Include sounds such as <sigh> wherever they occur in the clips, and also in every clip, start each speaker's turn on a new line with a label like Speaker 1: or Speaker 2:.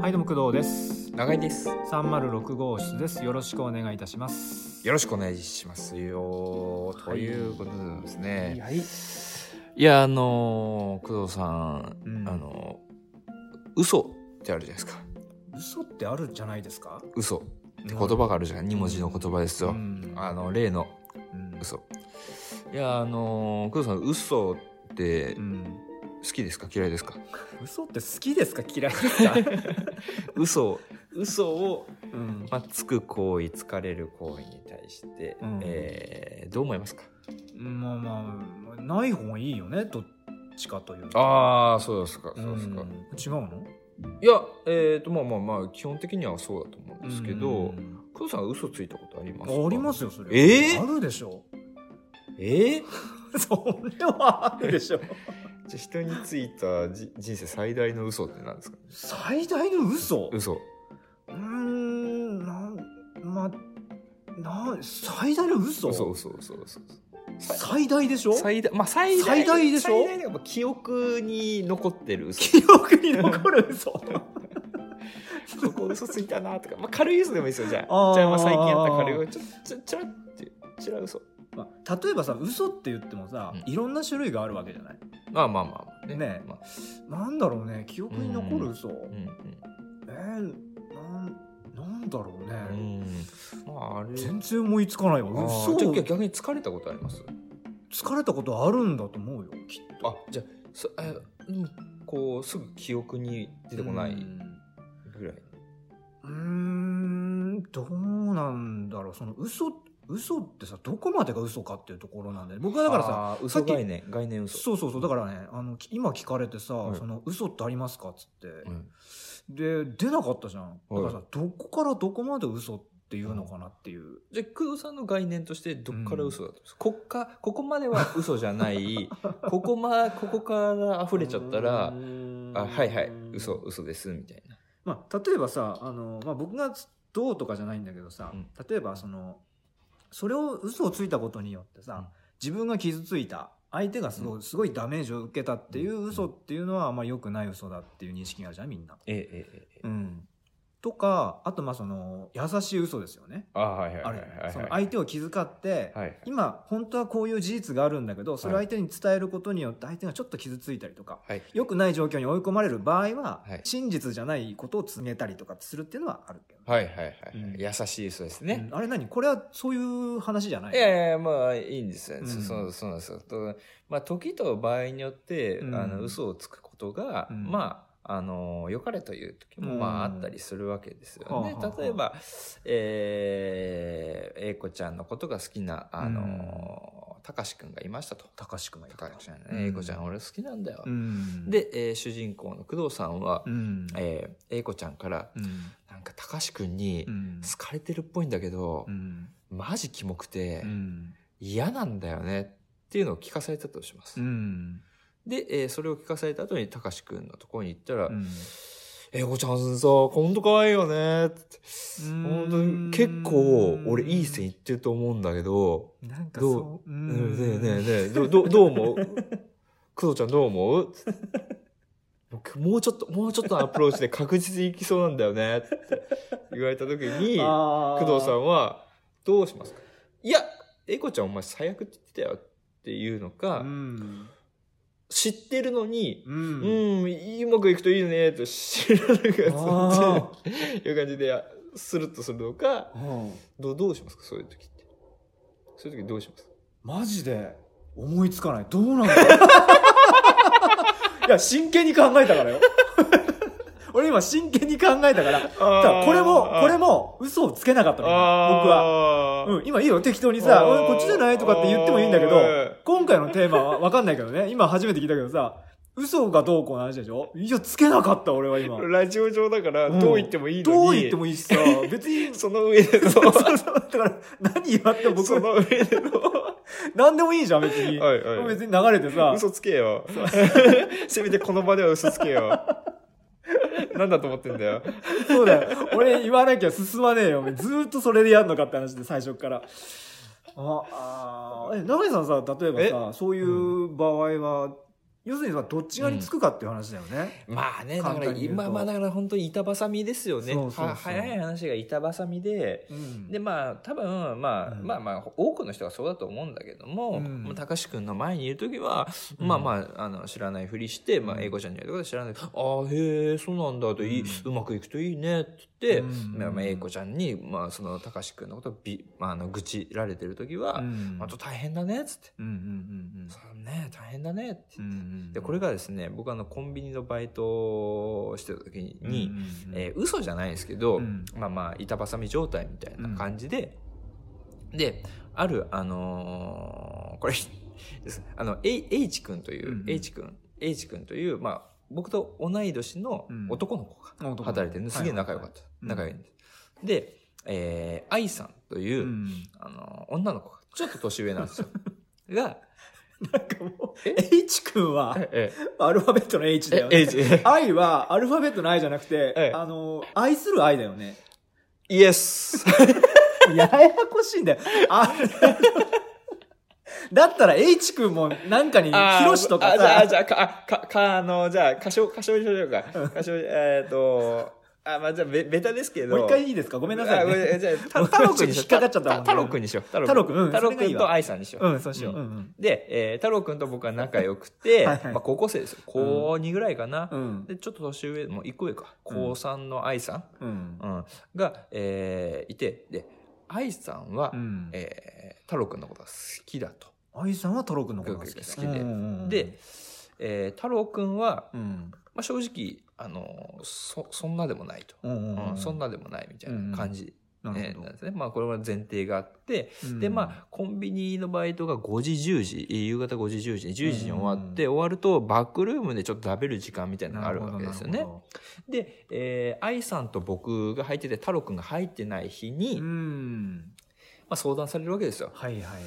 Speaker 1: はいどうも工藤です
Speaker 2: 長井です
Speaker 1: 306号室ですよろしくお願いいたします
Speaker 2: よろしくお願いしますよ、
Speaker 1: い
Speaker 2: ということでですね
Speaker 1: はい
Speaker 2: いやあのー工藤さん、
Speaker 1: うん
Speaker 2: あのー嘘ってあるじゃないですか
Speaker 1: 嘘ってあるじゃないですか
Speaker 2: 嘘って言葉があるじゃん2文字の言葉ですよ、
Speaker 1: うん
Speaker 2: あの例の
Speaker 1: うん
Speaker 2: 嘘いやあのー工藤さん嘘って
Speaker 1: うん
Speaker 2: 好きですか嫌いですか
Speaker 1: 嘘って好きですか嫌いです
Speaker 2: <laughs>
Speaker 1: か
Speaker 2: 嘘嘘を、
Speaker 1: うん
Speaker 2: まあ、つく行為疲れる行為に対して、
Speaker 1: うん
Speaker 2: えーどう思いますか
Speaker 1: まあまあない方がいいよねどっちかというと
Speaker 2: ああそうですか
Speaker 1: うん違うの
Speaker 2: いや、えっ、と、まあまあまあ、基本的にはそうだと思うんですけ
Speaker 1: う
Speaker 2: ど、
Speaker 1: ん
Speaker 2: 工藤さんは嘘ついたことありますか
Speaker 1: ありますよそれ
Speaker 2: えー
Speaker 1: あるでしょ
Speaker 2: えー
Speaker 1: それはあるでし
Speaker 2: <laughs>
Speaker 1: ょ
Speaker 2: じゃあ人についたじ人生最大の嘘って何ですか
Speaker 1: 最大の嘘
Speaker 2: 嘘。
Speaker 1: うーんなんまなん最大の嘘
Speaker 2: 嘘、嘘、嘘、嘘。
Speaker 1: 最大でしょ
Speaker 2: 最大、まあ最大。
Speaker 1: 最大でしょ
Speaker 2: 最大だけどまあ記憶に残ってる嘘。
Speaker 1: 記憶に残る嘘
Speaker 2: ここ嘘ついたなとか、まあ軽い嘘でもいいですよ、じゃ
Speaker 1: あー
Speaker 2: あ。じゃあまあ最近あった軽い、ちょ、ちょ、ちょらって、ちら嘘。
Speaker 1: <laughs> まあ例えばさ嘘って言ってもさ、
Speaker 2: うん
Speaker 1: いろんな種類があるわけじゃない
Speaker 2: まあまあまあ。
Speaker 1: ね
Speaker 2: まあ
Speaker 1: なんだろうね記憶に残る嘘、
Speaker 2: うん
Speaker 1: えー、なんなんだろう
Speaker 2: う
Speaker 1: ね、
Speaker 2: ん。うん。まああれ。
Speaker 1: 全然思いつかないわ
Speaker 2: 嘘
Speaker 1: 嘘
Speaker 2: じゃあ逆に疲れたことあります
Speaker 1: 疲れたことあるんだと思うよきっ
Speaker 2: あじゃあそえでもこうすぐ記憶に出て
Speaker 1: と
Speaker 2: こないうぐらい、
Speaker 1: んうーんどうなんだろうその嘘嘘ってさどこまでが嘘かっていうところなんで僕はだからさ
Speaker 2: あー
Speaker 1: さっ
Speaker 2: 嘘
Speaker 1: き
Speaker 2: 概念概念嘘
Speaker 1: そうそうそうだからねあのき今聞かれてさ「
Speaker 2: はい
Speaker 1: その嘘ってありますか?」っつって、
Speaker 2: うん
Speaker 1: で出なかったじゃんだからさ、どこからどこまで嘘っていうのかなっていう、
Speaker 2: じゃあ工藤さんの概念としてどっから嘘だったんですか、こっかここまでは嘘じゃない <laughs> ここまここから溢れちゃったら「あはいはい嘘嘘です」みたいな
Speaker 1: まあ例えばさあの、まあ、僕がどうとかじゃないんだけどさ、
Speaker 2: うん
Speaker 1: 例えばそのそれを嘘をついたことによってさ、
Speaker 2: うん
Speaker 1: 自分が傷ついた相手がすご,、
Speaker 2: う
Speaker 1: すごいダメージを受けたっていう
Speaker 2: うん
Speaker 1: 嘘っていうのはあんま良くない嘘だっていう認識があるじゃんみんな。
Speaker 2: ええええええ
Speaker 1: うん、とかあとまあその優しい嘘ですよね。
Speaker 2: あはいはい
Speaker 1: あ
Speaker 2: はい
Speaker 1: るよ
Speaker 2: は
Speaker 1: ね
Speaker 2: いはい
Speaker 1: その相手を気遣って、
Speaker 2: はいはい
Speaker 1: 今本当はこういう事実があるんだけどそれを
Speaker 2: はい
Speaker 1: 相手に伝えることによって相手がちょっと傷ついたりとか、
Speaker 2: はい
Speaker 1: 良くない状況に追い込まれる場合は、
Speaker 2: はい
Speaker 1: 真実じゃないことを告げたりとかするっていうのはあるけど、
Speaker 2: はいはいはい、
Speaker 1: うん
Speaker 2: 優しい嘘ですね、
Speaker 1: うんあれ何これはそういう話じゃない
Speaker 2: いやいやいや、まあいいんですよ。
Speaker 1: うん
Speaker 2: そそうそうなんですよ。とまあ時と場合によって、
Speaker 1: うん
Speaker 2: あの嘘をつくことが、
Speaker 1: うん
Speaker 2: まああの良かれという時も、
Speaker 1: うん
Speaker 2: まああったりするわけですよね。
Speaker 1: はあはあ
Speaker 2: 例えば、えー、英子ちゃんのことが好きなあの、たかしくんがいましたと。
Speaker 1: 高志くんがい
Speaker 2: たかしくんね、
Speaker 1: うん
Speaker 2: 英子ちゃん俺好きなんだよ。
Speaker 1: ん、
Speaker 2: で、えー主人公の工藤さんは、
Speaker 1: うん
Speaker 2: えー、英子ちゃんから
Speaker 1: うん
Speaker 2: なんかたかしくんに
Speaker 1: うん
Speaker 2: 好かれてるっぽいんだけど、
Speaker 1: うん
Speaker 2: マジキモくて。
Speaker 1: うん
Speaker 2: 嫌なんだよねっていうのを聞かされたとします。
Speaker 1: うん
Speaker 2: で、えーそれを聞かされた後に、たかしくんのところに行ったら、
Speaker 1: うん
Speaker 2: えー、こちゃんさ、ほんと可愛いよねって。ほんとに、結構、俺いい線いってると思うんだけど、
Speaker 1: なんか
Speaker 2: ど
Speaker 1: そうう
Speaker 2: ね
Speaker 1: ん
Speaker 2: えねえねえねえ、どどど
Speaker 1: <laughs>
Speaker 2: う思う工藤ちゃんどう思うってもうちょっと、もうちょっとのアプローチで確実にいきそうなんだよねって言われた時に、
Speaker 1: 工
Speaker 2: 工藤さんはどうしますかいや、英子ちゃんお前最悪って言ってたよっていうのか、
Speaker 1: うん
Speaker 2: 知ってるのに、
Speaker 1: う
Speaker 2: うんん、うまくいくといいよねと知らなく
Speaker 1: あ
Speaker 2: なっていう感じで、スルッとするのか、
Speaker 1: うん
Speaker 2: どうどうしますかそういう時って。そういう時どうします
Speaker 1: マジで思いつかないどうなんだろう
Speaker 2: <laughs>
Speaker 1: いや真剣に考えたからよ <laughs> 俺今真剣に考えたからただこれもこれ
Speaker 2: も、
Speaker 1: も嘘をつけなかったの今僕は、
Speaker 2: は
Speaker 1: うん、今いいよ適当にさ「うんこっちじゃない?」とかって言ってもいいんだけど今回のテーマは分かんないけどね今初めて聞いたけどさ嘘がどうこうの話でしょいやつけなかった俺は今
Speaker 2: ラジオ上だから、
Speaker 1: うん
Speaker 2: どう言ってもいいのに、
Speaker 1: どう言ってもいいしさ別に
Speaker 2: <laughs> その上で
Speaker 1: <laughs>
Speaker 2: の、
Speaker 1: そうそうそうだから何言われても僕
Speaker 2: その上での、
Speaker 1: 何でもいいじゃん別に、
Speaker 2: はいはい
Speaker 1: 別に流れてさ
Speaker 2: 嘘つけよ。 <laughs> せめてこの場では嘘つけよ。
Speaker 1: <laughs>
Speaker 2: なんだと思ってんだよ。
Speaker 1: そうだよ。俺言わなきゃ進まねえよ。ずーっとそれでやんのかって話で、最初っから。あ、あーえ、長井さんさ、例えばさ、そういう場合は、要するにまあどっち側につくかっていう話だよね、
Speaker 2: まあね、だ
Speaker 1: 簡
Speaker 2: か
Speaker 1: 単
Speaker 2: ら
Speaker 1: に言うと
Speaker 2: 今、まあだから本当に板挟みですよね。
Speaker 1: そうそうそう
Speaker 2: は早い話が板挟みで、
Speaker 1: うん
Speaker 2: でまあ多分、まあ
Speaker 1: うん
Speaker 2: まあまあ多くの人がそうだと思うんだけど
Speaker 1: う
Speaker 2: も、
Speaker 1: ん
Speaker 2: まあ、高志くんの前にいる時は、
Speaker 1: うん
Speaker 2: まあまああの知らないふりして、ま
Speaker 1: う
Speaker 2: あ、
Speaker 1: ん
Speaker 2: 英語ちゃんにやるとか知らない、ああへえそうなんだといい、うまくいくといいねって言って、
Speaker 1: うん
Speaker 2: まあまあ英語ちゃんに、まあ、その高志くんのことをび、まあ、あの愚痴られてる時は、
Speaker 1: うん
Speaker 2: まあちょっと大変だねっつって、
Speaker 1: うんうん
Speaker 2: そうね大変だねって。
Speaker 1: うんうんうん
Speaker 2: でこれがですね僕あのコンビニのバイトをしてた時に、
Speaker 1: うんうん
Speaker 2: えー嘘じゃないですけど、
Speaker 1: うん
Speaker 2: まあまあ板挟み状態みたいな感じで、であるあのーこれですあの H, H 君という、
Speaker 1: うんうん
Speaker 2: H 君 H 君というまあ僕と同い年の
Speaker 1: うん
Speaker 2: 男の子が
Speaker 1: 男の子
Speaker 2: 働いてるんです、すげえ仲良かった、
Speaker 1: い
Speaker 2: 仲良いんです、で、えー、愛さんとい
Speaker 1: う
Speaker 2: う、
Speaker 1: ん
Speaker 2: あの女の子がちょっと年上な
Speaker 1: <laughs>
Speaker 2: んですよが
Speaker 1: なんかもう
Speaker 2: え
Speaker 1: H 君は
Speaker 2: え
Speaker 1: アルファベットの H だよね
Speaker 2: H
Speaker 1: 愛はアルファベットの愛じゃなくて、
Speaker 2: ええ
Speaker 1: あの愛する愛だよね
Speaker 2: イエス
Speaker 1: <laughs> ややこしいんだよあ <laughs> だったら H 君もなんかに
Speaker 2: あー
Speaker 1: ヒロシとか
Speaker 2: あじゃあ、
Speaker 1: さ
Speaker 2: じゃあ、か、あか、か、あの、じゃあ、歌唱、歌唱しましょうか。歌唱、えーっと、あ、まあ、じゃあ、ベベタですけど。
Speaker 1: もう一回いいですかご
Speaker 2: ご
Speaker 1: めんなさい、ね、
Speaker 2: じゃあ、
Speaker 1: ごめん
Speaker 2: た太郎くんにしよう。
Speaker 1: 引っかかっちゃったもんね
Speaker 2: 太郎くんにしよう。太
Speaker 1: 太郎くんうん
Speaker 2: 太郎
Speaker 1: それが
Speaker 2: く
Speaker 1: いい
Speaker 2: ん
Speaker 1: わ
Speaker 2: と愛さんにしよう。
Speaker 1: うんそうしよう、
Speaker 2: うん
Speaker 1: うん
Speaker 2: で、えー太郎くんと僕は仲良くて、
Speaker 1: はいはい
Speaker 2: まあ、高校生ですよ。高2ぐらいかな。
Speaker 1: うんうん
Speaker 2: で、ちょっと年上、もう一個上か。
Speaker 1: うん
Speaker 2: 高3の愛さん、
Speaker 1: うん
Speaker 2: うん、が、えーいて、で、愛さんは、
Speaker 1: うん
Speaker 2: えー太郎くんのことが好きだと。
Speaker 1: 愛さんは太郎くんのことが好きだ
Speaker 2: 好きで
Speaker 1: うんうんうん
Speaker 2: で、えー太郎くんは、
Speaker 1: うん
Speaker 2: まあ、正直、あのそそんなでもないと、
Speaker 1: うんう
Speaker 2: うん
Speaker 1: うん
Speaker 2: んそんなでもないみたいな感じ、
Speaker 1: な
Speaker 2: え
Speaker 1: る
Speaker 2: ー
Speaker 1: ほ
Speaker 2: なんですね。まあこれは前提があって、
Speaker 1: ど、
Speaker 2: でまあコンビニのバイトが5時10時夕方5時10時10時に終わって、終わるとバックルームでちょっと食べる時間みたいなのがあるわけですよね。で、えー、愛さんと僕が入ってて太郎くんが入ってない日
Speaker 1: う
Speaker 2: に、ま
Speaker 1: ん
Speaker 2: あ、相談されるわけですよ。
Speaker 1: はいはいはい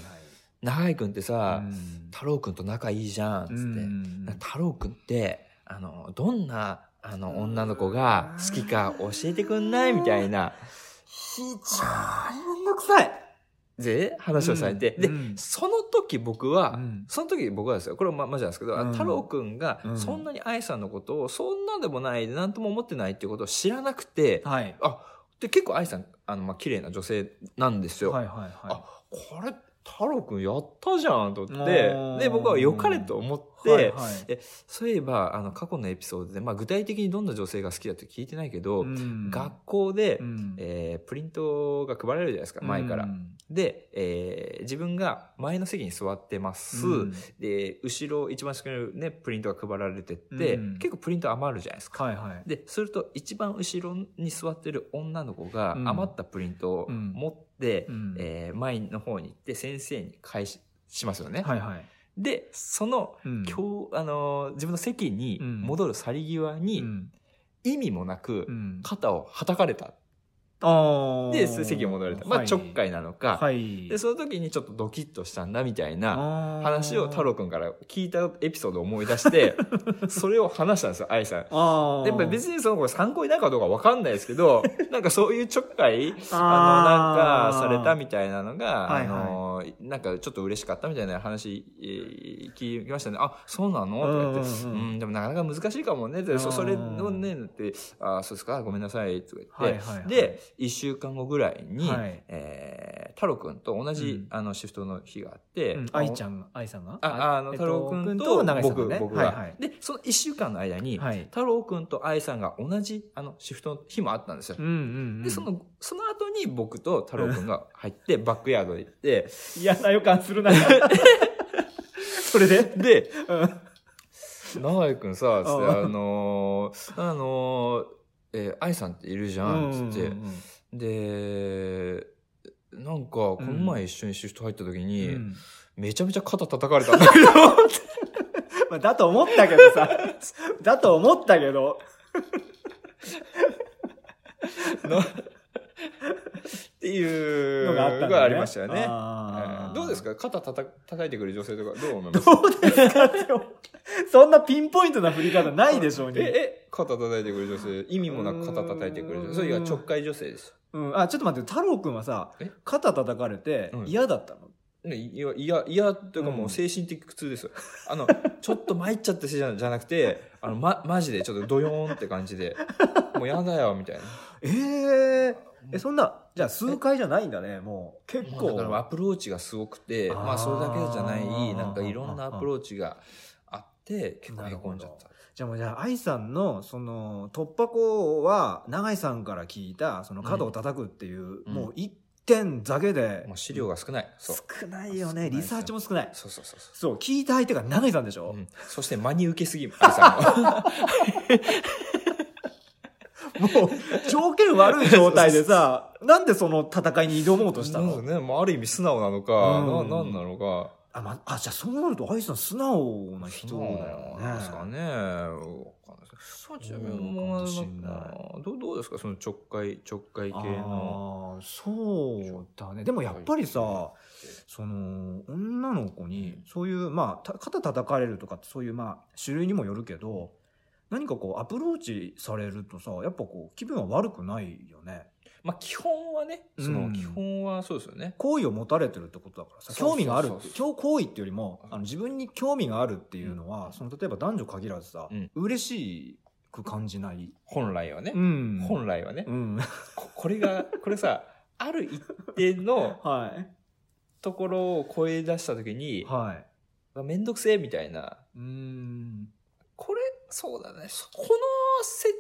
Speaker 2: 長井くんってさ、
Speaker 1: うん
Speaker 2: 太郎くんと仲いいじゃんっつって。
Speaker 1: うん
Speaker 2: な太郎くんってあのどんなあの女の子が好きか教えてくんないみたいな
Speaker 1: 非常にめんどくさい
Speaker 2: で話をされて、
Speaker 1: うん
Speaker 2: で、
Speaker 1: うん
Speaker 2: その時僕は、
Speaker 1: うん
Speaker 2: その時僕はですよこれはまマジなんですけど、あ
Speaker 1: うん
Speaker 2: 太郎くんが
Speaker 1: うん
Speaker 2: そんなに愛さんのことをそんなでもない何とも思ってないっていうことを知らなくて
Speaker 1: はい
Speaker 2: で結構愛さんあの、まあ綺麗な女性なんですよ。
Speaker 1: はいはいはい
Speaker 2: あこれ太郎くんやったじゃんと思っ
Speaker 1: う
Speaker 2: て
Speaker 1: ん
Speaker 2: で僕は良かれと思って、
Speaker 1: はいはい
Speaker 2: えそういえばあの過去のエピソードで、まあ、具体的にどんな女性が好きだって聞いてないけど、
Speaker 1: うん
Speaker 2: 学校で、
Speaker 1: うん
Speaker 2: えープリントが配られるじゃないですか前から。
Speaker 1: うん
Speaker 2: で、えー自分が前の席に座ってます、
Speaker 1: うん
Speaker 2: で後ろ一番下にねプリントが配られてって、
Speaker 1: うん
Speaker 2: 結構プリント余るじゃないですか。
Speaker 1: はいはい
Speaker 2: ですると一番後ろに座ってる女の子が
Speaker 1: うん
Speaker 2: 余ったプリントを
Speaker 1: うん
Speaker 2: 持って、
Speaker 1: うん
Speaker 2: えー前の方に行って先生に返ししますよね。
Speaker 1: はいはい
Speaker 2: でその
Speaker 1: うん
Speaker 2: 今日、あのー自分の席に戻る去り際に、
Speaker 1: うん
Speaker 2: 意味もなく
Speaker 1: うん
Speaker 2: 肩をはたかれた。
Speaker 1: あー
Speaker 2: で、席に戻られた。まあ、
Speaker 1: はい
Speaker 2: ちょっかいなのか、
Speaker 1: はい
Speaker 2: で、その時にちょっとドキッとしたんだみたいな話
Speaker 1: 話
Speaker 2: を太郎くんから聞いたエピソードを思い
Speaker 1: <laughs>
Speaker 2: 出して、それを話したんですよ、愛さん。
Speaker 1: あー
Speaker 2: でやっぱ別にその子が参考になるかどうかわかんないです
Speaker 1: <laughs>
Speaker 2: けど、なんかそういうちょっかい、
Speaker 1: あ
Speaker 2: あ
Speaker 1: ー
Speaker 2: の、なんかされたみたいなのが、
Speaker 1: はいはい
Speaker 2: あの、なんかちょっと嬉しかったみたいな話、えー聞きましたね。あ、そうなのとか言って、
Speaker 1: う
Speaker 2: うんん
Speaker 1: うんうん
Speaker 2: でもなかなか難しいかもね。で
Speaker 1: う
Speaker 2: そ
Speaker 1: ん
Speaker 2: それをね、って、あ、そうですか、ごめんなさい、とか言って、
Speaker 1: はいはいはい
Speaker 2: で、1週間後ぐらいに、
Speaker 1: はい
Speaker 2: えー太郎くんと同じ、
Speaker 1: うん
Speaker 2: あのシフトの日があって、
Speaker 1: うん愛ちゃんが愛さんが
Speaker 2: あ、あの、
Speaker 1: えっ
Speaker 2: 太
Speaker 1: と
Speaker 2: 郎くん
Speaker 1: くんと
Speaker 2: と
Speaker 1: 永井さん
Speaker 2: 僕、
Speaker 1: がね
Speaker 2: 僕
Speaker 1: はいは
Speaker 2: が
Speaker 1: い。
Speaker 2: で、その1週間の間に、
Speaker 1: はい
Speaker 2: 太郎くんと愛さんが同じ、あの、シフトの日もあったんですよ
Speaker 1: うん。うんうん
Speaker 2: で、その、その後に僕と太郎くんが入って、バックヤード行って、
Speaker 1: 嫌な予感す
Speaker 2: <laughs>
Speaker 1: るな <laughs> それで
Speaker 2: で、
Speaker 1: うん
Speaker 2: 長井くんさ、つって、
Speaker 1: うん
Speaker 2: あのー、あのー、えー愛さんっているじゃん、つって。で、なんか、この前一緒にシフト入った時
Speaker 1: う
Speaker 2: に、
Speaker 1: ん
Speaker 2: めちゃめちゃ肩叩かれた
Speaker 1: <laughs>
Speaker 2: んだけど、
Speaker 1: まあだと思ったけど
Speaker 2: <laughs>
Speaker 1: さだと思ったけど
Speaker 2: のっていう
Speaker 1: のがあったんだね
Speaker 2: がありましたよね。
Speaker 1: あー
Speaker 2: うんどうですか肩たた叩いてくる女性とかどう思います
Speaker 1: どうですかって思うそんなピンポイントな振り方ないでしょう
Speaker 2: え、
Speaker 1: ね。
Speaker 2: え、肩叩いてくる女性、意味もなく肩叩いてく
Speaker 1: う
Speaker 2: る女
Speaker 1: ーん
Speaker 2: 性。それがちょっかい女性です。
Speaker 1: うん、あ、ちょっと待って、太郎くんはさ
Speaker 2: え、
Speaker 1: 肩叩かれて
Speaker 2: うん
Speaker 1: 嫌だったの、
Speaker 2: ね、いや、いや、いや、というかもう精神的苦痛ですよ。あの、 <laughs> ちょっと参っちゃってじゃじゃなくて、あの、ま、マジでちょっとドヨーンって感じで、もうやだよ、みたいな。
Speaker 1: えー、え、そんな、じゃあ数回じゃないんだね、もう。結
Speaker 2: もう
Speaker 1: 構。
Speaker 2: だからアプローチがすごくて、
Speaker 1: あー
Speaker 2: まあそれだけじゃない、なんかいろんなアプローチがあって、結構
Speaker 1: な
Speaker 2: へ
Speaker 1: るほど
Speaker 2: こんじゃった。
Speaker 1: じゃあもうじゃあ、愛さんの、その、突破口は、永井さんから聞いた、その角を叩くっていう、
Speaker 2: うん
Speaker 1: もう一点だけで、
Speaker 2: もう資料が少ない。そう。
Speaker 1: 少ないよね。
Speaker 2: 少ないですよ
Speaker 1: リサーチも少ない。
Speaker 2: そうそうそうそ
Speaker 1: そう、聞いた相手が永井さんでしょ
Speaker 2: う。、うん、そして真に受けすぎる、愛
Speaker 1: <laughs>
Speaker 2: さんも
Speaker 1: もう、条件悪い状態で
Speaker 2: <laughs>
Speaker 1: さ、なんでその戦いに挑もうとした
Speaker 2: なん
Speaker 1: の
Speaker 2: かね、もうある意味素直なのか、
Speaker 1: うん
Speaker 2: ななんなのか。
Speaker 1: あ、まあ、じゃあそうなると、愛さん素直な人だよね。
Speaker 2: ですかね。わかんないですそうちなみにもうあれだなどうどうですかそのちょっかい、ちょっかい系の。
Speaker 1: ああ、そうだね。でもやっぱりさ、その、女の子に、そういう、まあ、た肩叩かれるとかって、そういう、まあ、種類にもよるけど、何かこう、アプローチされるとさ、やっぱこう、気分は悪くないよね。
Speaker 2: まあ基本はね、そうの
Speaker 1: ん
Speaker 2: 基本はそうですよね。
Speaker 1: 好意を持たれてるってことだからさ、
Speaker 2: そうそ
Speaker 1: 興
Speaker 2: う
Speaker 1: 味がある
Speaker 2: そうそう、
Speaker 1: 今日好意っていうよりも
Speaker 2: う、ん
Speaker 1: あの自分に興味があるっていうのは、その、例えば男女限らずさ、
Speaker 2: うん
Speaker 1: 嬉しく感じない。
Speaker 2: 本来はね。
Speaker 1: ん
Speaker 2: 本来はね。 <laughs>
Speaker 1: うん。
Speaker 2: ここれが、これさ、 <laughs> ある一定の
Speaker 1: はい。
Speaker 2: ところを超え出したときに、
Speaker 1: はい。
Speaker 2: めんどくせえみたいな。
Speaker 1: うーん。
Speaker 2: これ、そうだね。そこの接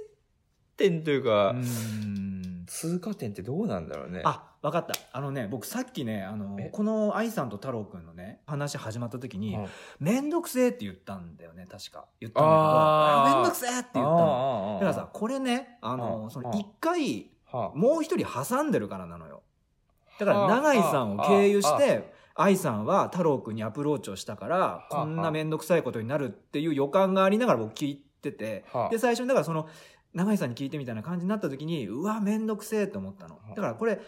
Speaker 2: 点というか、
Speaker 1: うーん
Speaker 2: 通過点ってどうなんだろうね。
Speaker 1: あ、わかった。あのね、僕さっきね、あの
Speaker 2: え、
Speaker 1: この愛さんと太郎くんのね、話始まった時
Speaker 2: う
Speaker 1: に
Speaker 2: ん、あー、
Speaker 1: めんどくせえって言ったんだよね、確か。言ったんだけど、
Speaker 2: あー
Speaker 1: あめんどくせえって言ったの。
Speaker 2: あーあ
Speaker 1: だ
Speaker 2: ー
Speaker 1: からさ、これね、あの、
Speaker 2: あ
Speaker 1: その一回、
Speaker 2: は
Speaker 1: もう一人挟んでるからなのよ。だから、
Speaker 2: あ
Speaker 1: 永井さんを経由し
Speaker 2: あ
Speaker 1: て、愛さんは太郎くんにアプローチをしたから、こんなめんどくさいことになるっていう予感がありながら僕聞いてて、
Speaker 2: あはあ
Speaker 1: で、最初にだからその、永井さんに聞いてみたいな感じになった時に、うわ、めんどくせえと思ったの。だからこれ、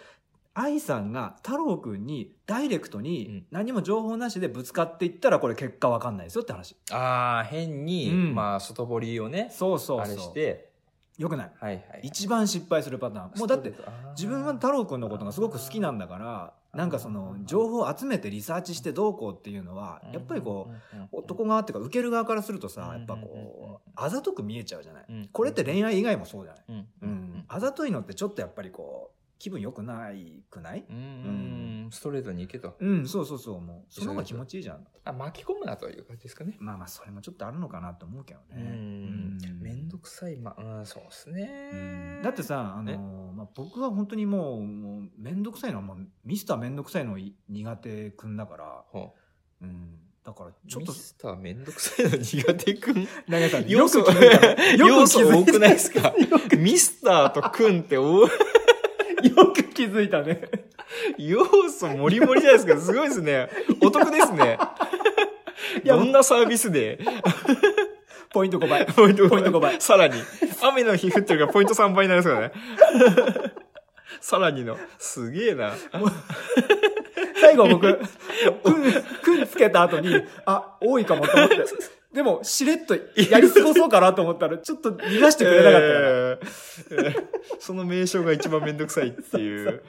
Speaker 1: 愛さんが太郎くんにダイレクト
Speaker 2: うん
Speaker 1: に何も情報なしでぶつかっていったらこれ結果わかんないですよって話。
Speaker 2: ああ、変に、
Speaker 1: うん
Speaker 2: まあ、外堀をね、
Speaker 1: そうそう
Speaker 2: あれ
Speaker 1: そ
Speaker 2: し
Speaker 1: う。
Speaker 2: て、
Speaker 1: よくない。
Speaker 2: はいはい。
Speaker 1: 一番失敗するパターン。もうだって、自分は
Speaker 2: 分
Speaker 1: 太郎くんのことがすごく好きなんだから、なんかその、情報を集めてリサーチしてどうこうっていうのは、やっぱりこう、
Speaker 2: う、
Speaker 1: 男側っていうか、受ける側からするとさ、
Speaker 2: う
Speaker 1: や
Speaker 2: ん
Speaker 1: っぱこう、あざとく見えちゃうじゃない。
Speaker 2: うん
Speaker 1: これって恋愛以外もそうじゃない。
Speaker 2: うん、
Speaker 1: う
Speaker 2: うんん。。
Speaker 1: あざといのってちょっとやっぱりこう、気分良くないくない
Speaker 2: うんうん、ストレートに行けと。
Speaker 1: うん、そうそうそう、もう。その方が気持ちいいじゃん。
Speaker 2: あ、巻き込むなという感じですかね。
Speaker 1: まあまあ、それもちょっとあるのかなと思うけど
Speaker 2: う
Speaker 1: ね。
Speaker 2: ん
Speaker 1: う。ん
Speaker 2: めんどくさい、まあ、うんそうです
Speaker 1: う
Speaker 2: ね
Speaker 1: ん。だって、さ、あのーまあ、僕は本当にもう、もうめんどくさいのは、もうミスターめんどくさいのい苦手くんだから、
Speaker 2: ほう
Speaker 1: うん、だからち
Speaker 2: ち
Speaker 1: ょ
Speaker 2: ょ
Speaker 1: っ
Speaker 2: っ
Speaker 1: と
Speaker 2: と、ミスターめんどくさいの苦手く
Speaker 1: <laughs>
Speaker 2: ん。
Speaker 1: 長さん
Speaker 2: 要素、要素多くないですかミスターとくんって多い
Speaker 1: <laughs> よく <laughs> 気づいたね。
Speaker 2: 要素もりもりじゃないですか。すごいですね。お得ですね。
Speaker 1: いや
Speaker 2: どんなサービスで、
Speaker 1: ポイント5倍。
Speaker 2: ポイント
Speaker 1: ポイント5倍。
Speaker 2: さらに、雨の日降ってるからポイント3倍になりますからね。さらにの、すげえな。
Speaker 1: 最後僕、くん、くんつけた後に、あ、多いかもと思って。でも、しれっとやり過ごそうかなと思ったら、ちょっと逃がしてくれなかったから。
Speaker 2: えーえーその名称が一番めんどくさいっていう。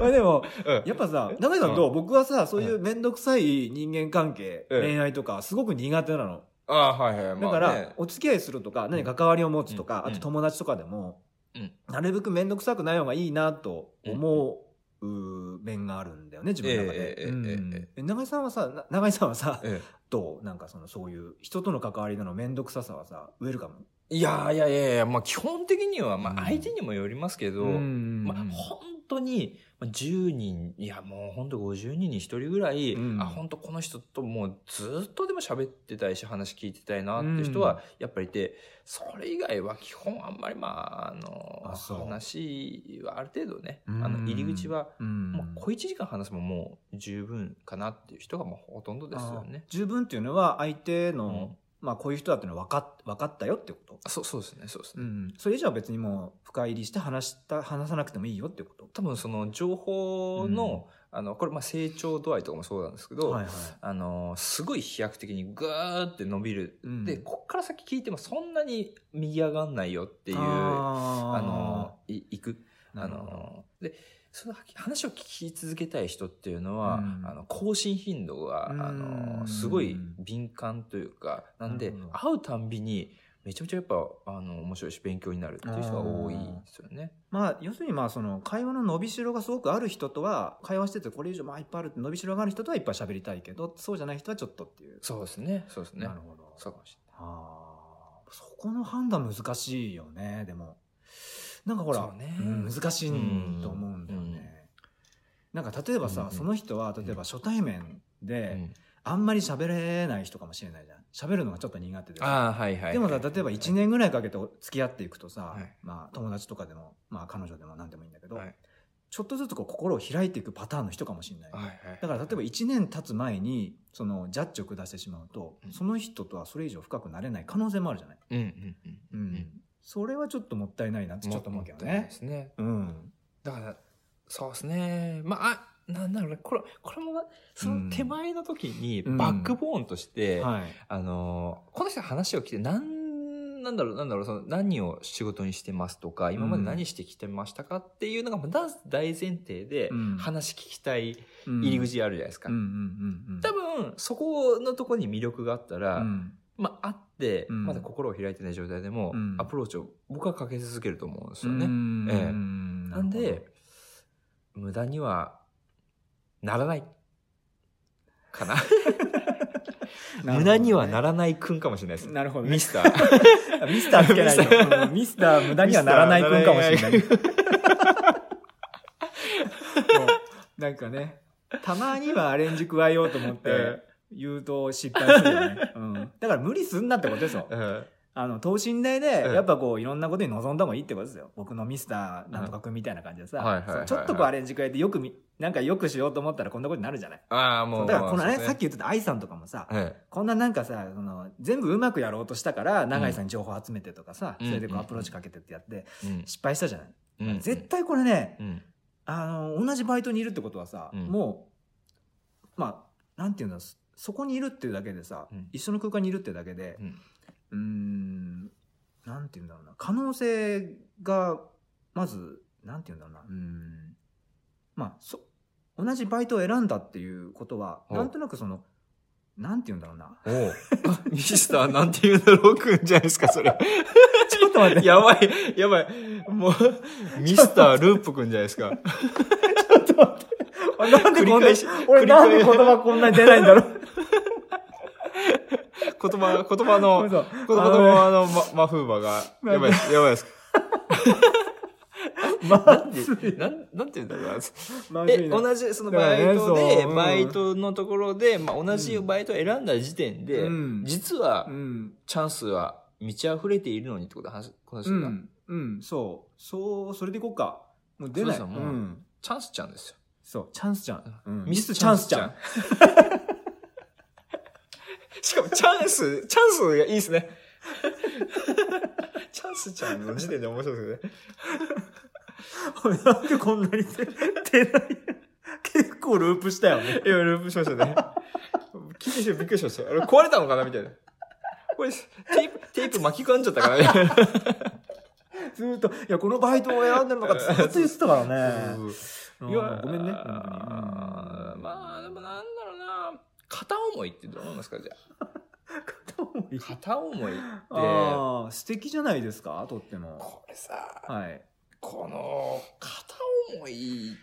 Speaker 1: まあでも、
Speaker 2: うん
Speaker 1: やっぱさ、長井さんどう僕はさ、そういうめんどくさい人間関係、
Speaker 2: うん
Speaker 1: 恋愛とか、すごく苦手なの。
Speaker 2: ああ、はいはい。
Speaker 1: だ
Speaker 2: ま
Speaker 1: か
Speaker 2: あ
Speaker 1: ら、
Speaker 2: ね
Speaker 1: お付き合いするとか、何か関わりを持つとか、
Speaker 2: うん
Speaker 1: あと友達とかでも、
Speaker 2: うん
Speaker 1: なるべく面倒くさくない方がいいなと思ううー面があるんだよね、自分の中
Speaker 2: え
Speaker 1: で。
Speaker 2: えええ
Speaker 1: うん
Speaker 2: えええ
Speaker 1: え長井さんはさ、な長井さんはさ、
Speaker 2: え
Speaker 1: どうなんかその、そういう人との関わりでの面倒くささはさ、ウェルカム
Speaker 2: えいやいやいやいや、まあ基本的には、ま
Speaker 1: うん
Speaker 2: あ相手にもよりますけど、
Speaker 1: ん
Speaker 2: まあ、本当に、まあ10人、いや、もう本当50人に1人ぐらい、
Speaker 1: うん
Speaker 2: あ、本当この人ともうずっとでも喋ってたいし、話聞いてたいなって人は、やっぱりいて、それ以外は基本あんまり、まあ、あの、
Speaker 1: あそう
Speaker 2: 話はある程度ね、
Speaker 1: うん
Speaker 2: あの、入り口は、
Speaker 1: うん
Speaker 2: もう小1時間話せばもう十分かなっていう人がもうほとんどですよね
Speaker 1: あ。十分っていうのは、相手の、
Speaker 2: うん
Speaker 1: まあ、こういう人だっていうのは分かっ分かったよってこと。
Speaker 2: あそうそうですね、そうです
Speaker 1: う
Speaker 2: ね。
Speaker 1: ん。それ以上は別にもう、深入りして話した、話さなくてもいいよってこと。
Speaker 2: 多分その情報の、あの、これまあ成長度合いとかもそうなんですけど、
Speaker 1: はいはい。
Speaker 2: あのすごい飛躍的にぐーって伸びる、
Speaker 1: うん
Speaker 2: でこっから先聞いてもそんなに右上がんないよっていうあ
Speaker 1: あー
Speaker 2: のいいく
Speaker 1: な
Speaker 2: あ
Speaker 1: るほど
Speaker 2: のでその話を聞き続けたい人っていうのは、
Speaker 1: うん
Speaker 2: あの更新頻度が、
Speaker 1: うん
Speaker 2: あのすごい敏感というかなんで
Speaker 1: なるほど
Speaker 2: 会うたんびにめちゃめちゃやっぱあの面白いし勉強になるっていう人が多いですよね。
Speaker 1: まあ、要するにまあその会話の伸びしろがすごくある人とは会話しててこれ以上まあいっぱいあるって伸びしろがある人とはいっぱい喋りたいけどそうじゃない人はちょっとっていう。
Speaker 2: そうですね。そうですね
Speaker 1: な。るほど。
Speaker 2: そうかもしれ
Speaker 1: あーそこの判断難しいよねでもなんかほら
Speaker 2: そ、うね
Speaker 1: うん難しいと思うんだよね、なんか例えばさ、
Speaker 2: うんうん
Speaker 1: その人は例えば初対面
Speaker 2: な
Speaker 1: で、
Speaker 2: い。うん
Speaker 1: あんまり喋れない人かもしれないじゃん喋るのがちょっと苦手でさ
Speaker 2: ああはいはい。
Speaker 1: でもさ例えば1年ぐらいかけて付き合っていくとさ、
Speaker 2: はい
Speaker 1: まあ、友達とかでも、まあ、彼女でも何でもいいんだけど、
Speaker 2: はい
Speaker 1: ちょっとずつこう心を開いていくパターンの人かもしれない、
Speaker 2: はいはい。
Speaker 1: だから例えば1年経つ前にそのジャッジを下してしまうと、
Speaker 2: うん
Speaker 1: その人とはそれ以上深くなれない可能性もあるじゃない、
Speaker 2: うんうんうん
Speaker 1: う
Speaker 2: うんん
Speaker 1: それはちょっともったいないなって
Speaker 2: うん。
Speaker 1: ちょっと思うけど
Speaker 2: もったいない
Speaker 1: ね
Speaker 2: で。すね。
Speaker 1: うん、
Speaker 2: だから、そうですね。まあ、あなんだろうね。これ、これも、その手前の時に、
Speaker 1: うん
Speaker 2: バックボーンとして、
Speaker 1: はい
Speaker 2: あのー、この人の話を聞いて、なん、なんだろう、なんだろう、その、何を仕事にしてますとか、今まで何してきてましたかっていうのが、まあダンス大前提で
Speaker 1: うん、
Speaker 2: 話聞きたい
Speaker 1: うん
Speaker 2: 入り口あるじゃないですか
Speaker 1: うん。うんうんうん、
Speaker 2: 多分、そこのとこに魅力があったら、
Speaker 1: うん
Speaker 2: まあ、あって、
Speaker 1: うん
Speaker 2: まだ心を開いてない状態でも
Speaker 1: うん、
Speaker 2: アプローチを僕はかけ続けると思うんですよ
Speaker 1: う
Speaker 2: ね。
Speaker 1: ん
Speaker 2: ええ
Speaker 1: な
Speaker 2: なんで、無駄にはならない。か
Speaker 1: <laughs>
Speaker 2: な。無駄にはな
Speaker 1: ら
Speaker 2: らないくんかもしれないです。
Speaker 1: なるほどね
Speaker 2: ミスター。
Speaker 1: <laughs> ミスターつけない
Speaker 2: ミスタ
Speaker 1: と
Speaker 2: ー
Speaker 1: うんミスター無駄にはならない君かもしれない。
Speaker 2: ミ
Speaker 1: も <laughs> うなんかね、たまにはアレンジ加えようと思っ
Speaker 2: え
Speaker 1: て言うと失敗するよね。うん、だから無理すんなってことですよ。
Speaker 2: うん
Speaker 1: あの、等身大で、
Speaker 2: ええ
Speaker 1: やっぱこう、いろんなことに臨んだ方がいいってことですよ。僕のミスターなんとか君みたいな感じでさ、
Speaker 2: はいはいはいはい
Speaker 1: そうちょっとこうアレンジ加えてよくみ、なんかよくしようと思ったらこんなことになるじゃない。
Speaker 2: ああ、も。
Speaker 1: そううだからこのね、さっき
Speaker 2: き。
Speaker 1: 言ってた愛さんとかもさ、
Speaker 2: え
Speaker 1: こんななんかさ、その、全部うまくやろうとしたから、永井さんに情報集めてとかさ、
Speaker 2: うん
Speaker 1: それでこう
Speaker 2: うん
Speaker 1: アプローチかけてってやって、
Speaker 2: えうん
Speaker 1: 失敗したじゃない、
Speaker 2: うん
Speaker 1: 絶対これね、
Speaker 2: うん
Speaker 1: あの、同じバイトにいるってことはさ、
Speaker 2: うん
Speaker 1: もう、まあ、なんていうんだろう、そそこにいるっていうだけでさ、
Speaker 2: うん
Speaker 1: 一緒の空間にいるってだけで
Speaker 2: う、ん
Speaker 1: うーん、なんていうんだろうな、可能性が、まず、なんていうんだろうな、うーん、まあ、そ、同じバイトを選んだっていうことは、
Speaker 2: お
Speaker 1: なんとなくその、なんていうんだろうな、
Speaker 2: おう <laughs> ミスターなんて言うんだろうくんじゃないですか、それ。
Speaker 1: <laughs> ちょっと待って
Speaker 2: やばい、やばい。もう、ミスターループくんじゃないですか。
Speaker 1: 俺なんでこんな
Speaker 2: 繰り返し、
Speaker 1: 俺なんで
Speaker 2: 繰り
Speaker 1: 言
Speaker 2: 返し
Speaker 1: 葉こんなに出ないんだろう。
Speaker 2: 言葉、言葉の、
Speaker 1: 嘘
Speaker 2: この
Speaker 1: <laughs> あ
Speaker 2: 子
Speaker 1: の
Speaker 2: 供
Speaker 1: ね
Speaker 2: はあの、ま、マフーバが、やばいです、やばいです。
Speaker 1: まずい。
Speaker 2: なん、なんて言うんだろうな。
Speaker 1: まず
Speaker 2: え、
Speaker 1: いな。
Speaker 2: 同じ、その
Speaker 1: だから
Speaker 2: バ
Speaker 1: ね
Speaker 2: イトで、
Speaker 1: そううん
Speaker 2: バイトのところで、まあ、同じバイトを選んだ時点で、
Speaker 1: うん
Speaker 2: 実は
Speaker 1: う、ん。
Speaker 2: チャンスは満ち溢れているのにってこと話、この
Speaker 1: う
Speaker 2: 人が、
Speaker 1: ん。うん。そう。そう、それでいこうか。もう出ない。。
Speaker 2: そううそうもうんチャンスちゃんですよ。
Speaker 1: そう、チャンスちゃん。うん
Speaker 2: ミスチャンスちゃん。。しかも、チャンス、チャンスがいいですね。チャンスちゃんの時点で面白いですね。
Speaker 1: 俺なんでこんなに出出ない結構ループしたよね。
Speaker 2: いや、ループしましたね。聞いてしびっくりしました。あれ壊れたのかなみたいな。これ、テープ、テープ巻き込んじゃったからね。
Speaker 1: ずーっと、いや、このバイトを選んだのかってずっと言ってたからね。い
Speaker 2: いや
Speaker 1: や、ごめんね。
Speaker 2: あーまあ、でもなんだろうな。片思いってどうなんですかじゃあ。片思いって、
Speaker 1: ああ、素敵じゃないですかとっても。
Speaker 2: これさ、
Speaker 1: はい。
Speaker 2: この、片思い、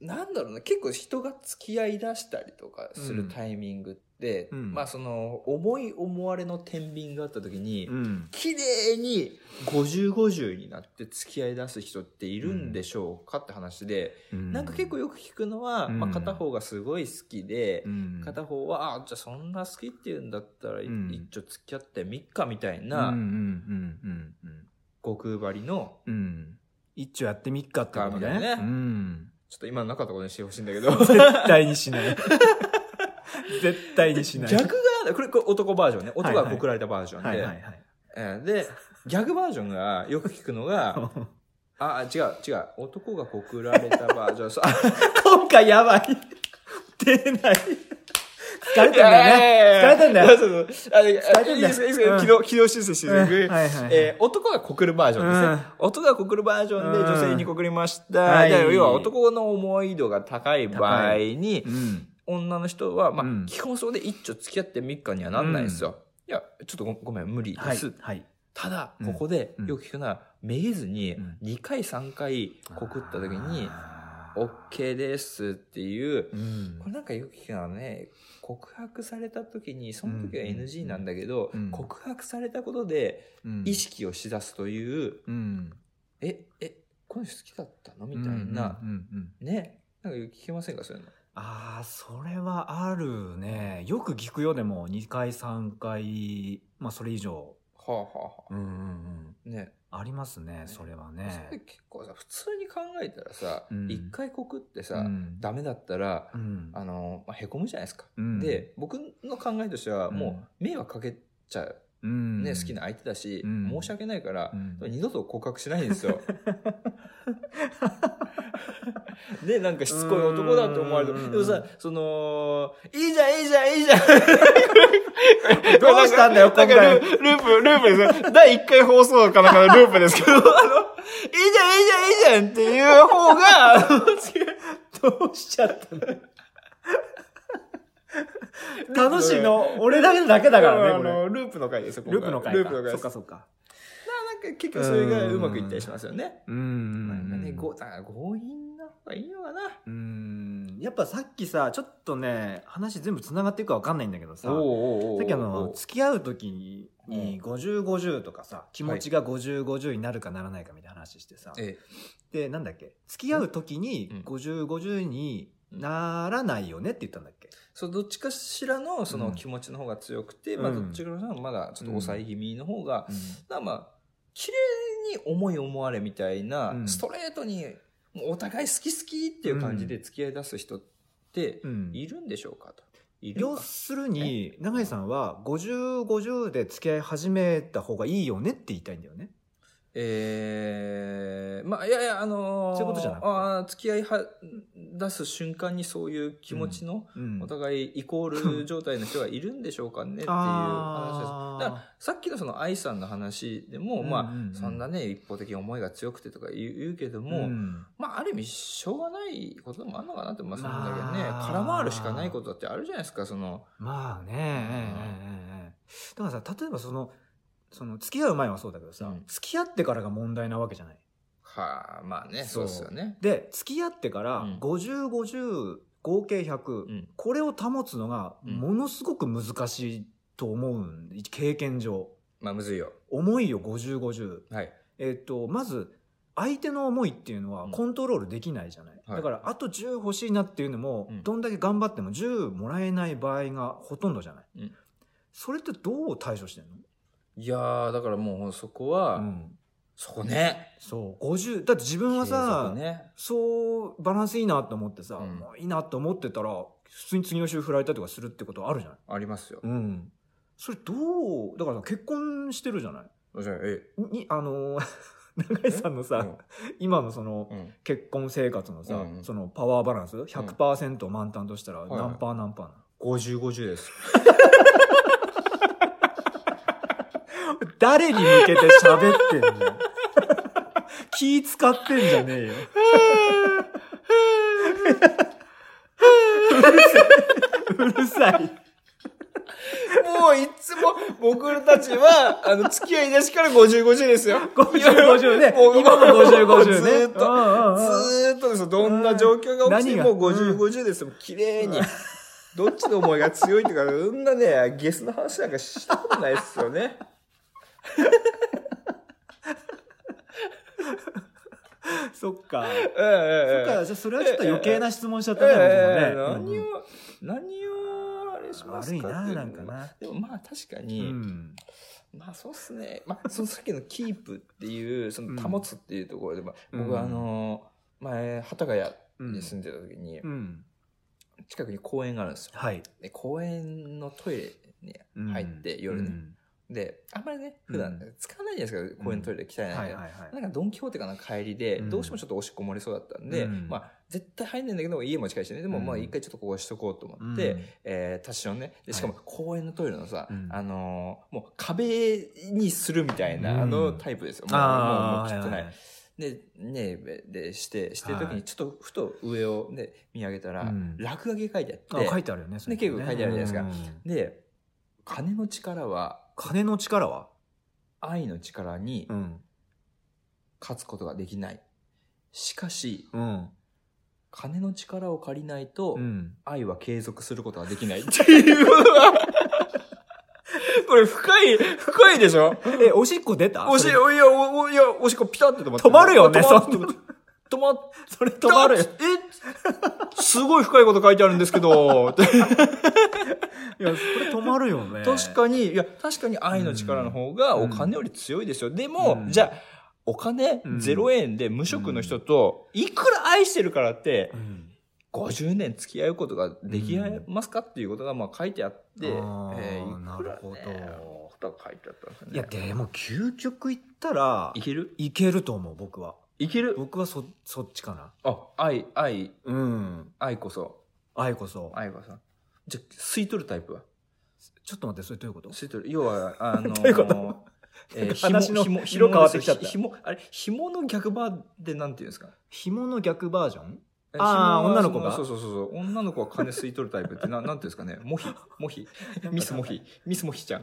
Speaker 2: なんだろうな、結構人が付き合い出したりとかするタイミングって、
Speaker 1: うんうん
Speaker 2: まあその、思い思われの天秤があった時に、
Speaker 1: うん。
Speaker 2: 綺麗に5050になって付き合い出す人っているんでしょうかって話で、なんか結構よく聞くのは、
Speaker 1: うん
Speaker 2: まあ、片方がすごい好きで、
Speaker 1: うん、
Speaker 2: 片方はあじゃあそんな好きっていうんだったらい
Speaker 1: うん
Speaker 2: 一応付き合ってみっかみたい
Speaker 1: うん
Speaker 2: な
Speaker 1: うんうん
Speaker 2: 極張りの
Speaker 1: うんうん一丁やってみっかってこと
Speaker 2: かみたい
Speaker 1: ね
Speaker 2: な
Speaker 1: う
Speaker 2: ね
Speaker 1: ん、
Speaker 2: ちょっと今なかったことにしてほしいんだけど
Speaker 1: 絶対にしない <laughs> 絶対にしない
Speaker 2: <laughs> 逆がこれこれ男バージョンね男が告られたバージョンで、
Speaker 1: はいはいはい
Speaker 2: えーで逆バージョンがよく聞くの
Speaker 1: <laughs>
Speaker 2: があ違う違う男が告られたバージョンそうあ
Speaker 1: 今回やばい出ない <laughs> 疲れたんだよね。疲れたんだよ
Speaker 2: そうそうそうあれあ
Speaker 1: 疲れたんだよ
Speaker 2: いいですいいです
Speaker 1: うん
Speaker 2: 軌道軌道修正して
Speaker 1: うん
Speaker 2: くれる
Speaker 1: はいはいはい
Speaker 2: えー男が告るバージョンですね、
Speaker 1: うん
Speaker 2: 男が告るバージョンで
Speaker 1: うん
Speaker 2: 女性に告りました、
Speaker 1: はい
Speaker 2: で要は男の思い度が高い場合に
Speaker 1: うん。
Speaker 2: 女の人は、まあ
Speaker 1: うん
Speaker 2: 基本そこで一丁付き合って3日にはなんないんですよ、いやちょっとごごめん無理で
Speaker 1: はい
Speaker 2: す、。
Speaker 1: はい。
Speaker 2: ただ
Speaker 1: うん
Speaker 2: ここで
Speaker 1: うん
Speaker 2: よく聞くのは、めげずに
Speaker 1: うん
Speaker 2: 2回3回告った時に
Speaker 1: あ
Speaker 2: 「
Speaker 1: ー
Speaker 2: OK です」っていう
Speaker 1: うん
Speaker 2: これなんかよく聞くのはね告白された時にその時は
Speaker 1: うん
Speaker 2: NG なんだけど、
Speaker 1: うん
Speaker 2: 告白されたことで
Speaker 1: うん
Speaker 2: 意識をしだすという、
Speaker 1: うん
Speaker 2: ええこの人好きだったのみたいな、
Speaker 1: うんうんうんうん
Speaker 2: ねなんかよく聞けませんかそういうの
Speaker 1: ああそれはあるねよく聞くよでも2回3回まあそれ以上
Speaker 2: はあはあは
Speaker 1: うんうんうん
Speaker 2: あね
Speaker 1: ありますねそれは
Speaker 2: それ
Speaker 1: ね
Speaker 2: 結構さ普通に考えたらさ、
Speaker 1: うん
Speaker 2: 一回告ってさ、
Speaker 1: うん
Speaker 2: ダメだったら
Speaker 1: うん
Speaker 2: あの、まあ、へこむじゃないですか、
Speaker 1: うん
Speaker 2: で僕の考えとしては
Speaker 1: うん
Speaker 2: もう迷惑かけちゃう、
Speaker 1: うん
Speaker 2: ね好きな相手だし、
Speaker 1: うん
Speaker 2: 申し訳ないから
Speaker 1: う、ん
Speaker 2: 二度と告白しないんですよ。 <laughs> で、なんかしつこい男だと思われて、
Speaker 1: うんうんうん
Speaker 2: でもさ、その、いいじゃん、いいじゃん、いいじゃん。ど
Speaker 1: <laughs> どうした
Speaker 2: <laughs>
Speaker 1: んだよ今回
Speaker 2: ルーループ、ループですね。第1回放送かなんかのループですけど、あの、いいじゃん、いいじゃん、いいじゃんっていう方が、あの
Speaker 1: どうしちゃったの <laughs> 楽しいの俺だけだけだからねこ
Speaker 2: あ
Speaker 1: れ
Speaker 2: のループの回ですよ、今
Speaker 1: ル
Speaker 2: 回
Speaker 1: ープの回
Speaker 2: ルー
Speaker 1: か
Speaker 2: プの回
Speaker 1: そ
Speaker 2: で
Speaker 1: っ
Speaker 2: す。
Speaker 1: かそっか
Speaker 2: なんか結局それがうまくいったりしますよね。
Speaker 1: うんうん
Speaker 2: なんか
Speaker 1: うん
Speaker 2: ね、ご、なんか強引な方がいいのかな。
Speaker 1: うーんやっぱさっきさちょっとね話全部つながっていくかわかんないんだけどさ
Speaker 2: おうおうおうおう
Speaker 1: さっきあの付き合う時に
Speaker 2: うん
Speaker 1: 5050とかさ気持ちが5050になるかならないかみたいな話してさ、
Speaker 2: え
Speaker 1: でなんだっけ付き合う時に
Speaker 2: うん
Speaker 1: 5050にならないよねって言ったんだっけ
Speaker 2: そうどっちかしらのそうの
Speaker 1: ん
Speaker 2: 気持ちの方が強くて、
Speaker 1: うん
Speaker 2: まあ、どっちかしらのまだちょっと抑え気味の方が、だからまあ綺麗に思い思われみたいな、
Speaker 1: うん
Speaker 2: ストレートにもうお互い好き好きっていう感じで付き合い出す人って
Speaker 1: うん
Speaker 2: いるんでしょうかと。いる
Speaker 1: 要
Speaker 2: か
Speaker 1: するに永井さんは5050で付き合い始めた方がいいよねって言いたいんだよね
Speaker 2: えー、まあいやいやあのー
Speaker 1: そういうことじゃなくて
Speaker 2: あー付き合いは出す瞬間にそういう気持ちの、
Speaker 1: うん
Speaker 2: お互いイコー
Speaker 1: <laughs>
Speaker 2: ル状態の人がいるんでしょうかねっていう話です。
Speaker 1: あー
Speaker 2: だからさっきのその愛さんの話でも、
Speaker 1: うん
Speaker 2: ま
Speaker 1: うんうん
Speaker 2: あそんなね一方的に思いが強くてとか言う言うけども、
Speaker 1: うん
Speaker 2: まあある意味しょうがないことでもあるのかなって思います
Speaker 1: まあ
Speaker 2: だけどね空回るしかないことだってあるじゃないですかその
Speaker 1: まあね、ええええええだからさ例えばそのその付き合う前はそうだけどさ、
Speaker 2: うん
Speaker 1: 付き合ってからが問題なわけじゃない
Speaker 2: はあまあね
Speaker 1: そ
Speaker 2: そううですよね。
Speaker 1: で付き合ってから
Speaker 2: うん
Speaker 1: 5050合計100、
Speaker 2: うん
Speaker 1: これを保つのが
Speaker 2: うん
Speaker 1: ものすごく難しいと思うんで経験上
Speaker 2: まあむずいよ。
Speaker 1: 思いを5050
Speaker 2: はい。
Speaker 1: えっ、とまず相手の思いっていうのは
Speaker 2: うん
Speaker 1: コントロールできないじゃない、
Speaker 2: はい
Speaker 1: だからあと10欲しいなっていうのも、
Speaker 2: うん
Speaker 1: どんだけ頑張っても10もらえない場合がほとんどじゃない、
Speaker 2: うん
Speaker 1: それってどう対処してんの
Speaker 2: いやーだからもうそこは、
Speaker 1: うん
Speaker 2: そこね。
Speaker 1: そう50だって自分はさ
Speaker 2: 継続ね。
Speaker 1: そうバランスいいなと思ってさ、
Speaker 2: うん
Speaker 1: いいなと思ってたら普通に次の週振られたりとかするってことあるじゃない、
Speaker 2: ありますよ。
Speaker 1: うん、それどうだからさ結婚してるじゃない
Speaker 2: じゃあえ
Speaker 1: にあの <laughs> ー永井さんのさ、今のその
Speaker 2: うんうん
Speaker 1: 結婚生活のさ、
Speaker 2: うんうん
Speaker 1: そのパワーバランス100%満タンとしたら
Speaker 2: い
Speaker 1: 何パー何パーなの、
Speaker 2: 50、50です。
Speaker 1: 誰に向けて喋ってんじゃん気使ってんじゃねえようるさい
Speaker 2: もういつも僕たちは、あの、付き合い出しから50、50ですよ。
Speaker 1: 5050ね
Speaker 2: もう
Speaker 1: 今も5050ね
Speaker 2: ずーっと
Speaker 1: うんうんうん
Speaker 2: ずーっとですよ。どんな状況が起き
Speaker 1: 何
Speaker 2: ても
Speaker 1: が
Speaker 2: 50、50ですよ。綺麗に。どっちの思いが強いっていうか、そんなね、ゲスの話なんかしたことないです
Speaker 1: <laughs>
Speaker 2: よね。
Speaker 1: そっか
Speaker 2: うんうん
Speaker 1: そっ
Speaker 2: うん
Speaker 1: かじゃあそれはちょっと余計な質問しちゃったね、
Speaker 2: ええ
Speaker 1: 僕もね
Speaker 2: 何を、何を、あれします
Speaker 1: 悪
Speaker 2: か
Speaker 1: いな
Speaker 2: ってう
Speaker 1: なんかな
Speaker 2: でもまあ確か
Speaker 1: う
Speaker 2: に、
Speaker 1: ん
Speaker 2: まあそうっすね。まあ、そのさっきのキープっていう、そ
Speaker 1: うん
Speaker 2: の保つっていうところで、まあ
Speaker 1: うん
Speaker 2: 僕はあのー前、幡ヶ谷に住んでた時に
Speaker 1: う、ん
Speaker 2: 近くに公園があるんですよ。
Speaker 1: はい
Speaker 2: で、公園のトイレに入って、夜
Speaker 1: う
Speaker 2: ね、
Speaker 1: ん
Speaker 2: で、あんまりね、普
Speaker 1: う
Speaker 2: 段
Speaker 1: ん
Speaker 2: 使わないじゃないですか、公園のトイレ汚い
Speaker 1: はい
Speaker 2: な
Speaker 1: はい
Speaker 2: んで。
Speaker 1: はい。
Speaker 2: なんかドンキホーテかな帰りで、
Speaker 1: うん
Speaker 2: どうしてもちょっとおしっこ漏れそうだったんで、
Speaker 1: うん
Speaker 2: まあ、絶対入んないんだけど、家も近いしね、でも
Speaker 1: うん
Speaker 2: まあ一回ちょっとここはしとこうと思
Speaker 1: うん
Speaker 2: って、、えー、タッチションね。で、しかも公園のトイレのさ、
Speaker 1: うん
Speaker 2: あのーもう壁にするみたいな、
Speaker 1: うん
Speaker 2: あのタイプですよ。も
Speaker 1: あ
Speaker 2: う、もう、
Speaker 1: あ、
Speaker 2: もう汚い。
Speaker 1: はは
Speaker 2: で、ねえ、で、して、してる
Speaker 1: はい
Speaker 2: 時に、ちょっとふと上をね、見上げた
Speaker 1: う
Speaker 2: ら、
Speaker 1: ん
Speaker 2: 落書きが書いてあっ
Speaker 1: は
Speaker 2: て、
Speaker 1: い。あ、書いてあるよね。それ
Speaker 2: 結構書いてあるじゃない
Speaker 1: ですか。うん
Speaker 2: で、金の力は
Speaker 1: 金の力は
Speaker 2: 愛の力に
Speaker 1: うん。
Speaker 2: 勝つことができない。しかし、
Speaker 1: うん。
Speaker 2: 金の力を借りないと
Speaker 1: う、ん。
Speaker 2: 愛は継続することができないっていう <laughs> のはこれ深い、深いでしょ
Speaker 1: え、おしっこ出た
Speaker 2: おし、い
Speaker 1: そ
Speaker 2: や、
Speaker 1: れ
Speaker 2: お、いや、おしっこピタって止まって。
Speaker 1: 止まるよね
Speaker 2: 止まっ
Speaker 1: そんな
Speaker 2: 止まっ
Speaker 1: それ止まるよ。
Speaker 2: えすごい深いこと書いてあるんですけ <laughs> ど。
Speaker 1: いや、それ止まるよね。
Speaker 2: 確かに、いや、確かに愛の力の方が
Speaker 1: うん
Speaker 2: お金より強いですよ。でも
Speaker 1: う、ん
Speaker 2: じゃあ、お金
Speaker 1: うん
Speaker 2: 0円で無職の人と、いくら愛してるからって
Speaker 1: う、ん。
Speaker 2: 50年付き合うことができますかっていうことが、まあ書いてあって、
Speaker 1: あ
Speaker 2: え
Speaker 1: ー
Speaker 2: ーいく
Speaker 1: な
Speaker 2: らね
Speaker 1: るほ
Speaker 2: ことが書いてあったんですよ
Speaker 1: い
Speaker 2: ね。
Speaker 1: や、でも、究極いったら
Speaker 2: い、ける
Speaker 1: いけると思う、僕は。
Speaker 2: いける
Speaker 1: 僕はそ、そっちかな。
Speaker 2: あ、愛、愛、
Speaker 1: うん。
Speaker 2: 愛こそ。
Speaker 1: 愛こそ。
Speaker 2: 愛こそ。じゃあ、吸い取るタイプは
Speaker 1: ちょっと待って、それどういうこと
Speaker 2: 吸い取る。要は、あ
Speaker 1: <laughs>
Speaker 2: のー、
Speaker 1: どういうこと
Speaker 2: えー、
Speaker 1: <laughs> 話の
Speaker 2: 紐、紐、
Speaker 1: 色変わってきちゃった
Speaker 2: ひ紐、あれ、紐の逆バーでなんていうんですか
Speaker 1: 紐の逆バージョン
Speaker 2: え
Speaker 1: あー
Speaker 2: 紐は
Speaker 1: 女の子が
Speaker 2: そうそうそうそう。女の子は金吸い取るタイプって、ななんていうんですかね。モヒ、モヒ、ミスモヒ、ミスモヒちゃん。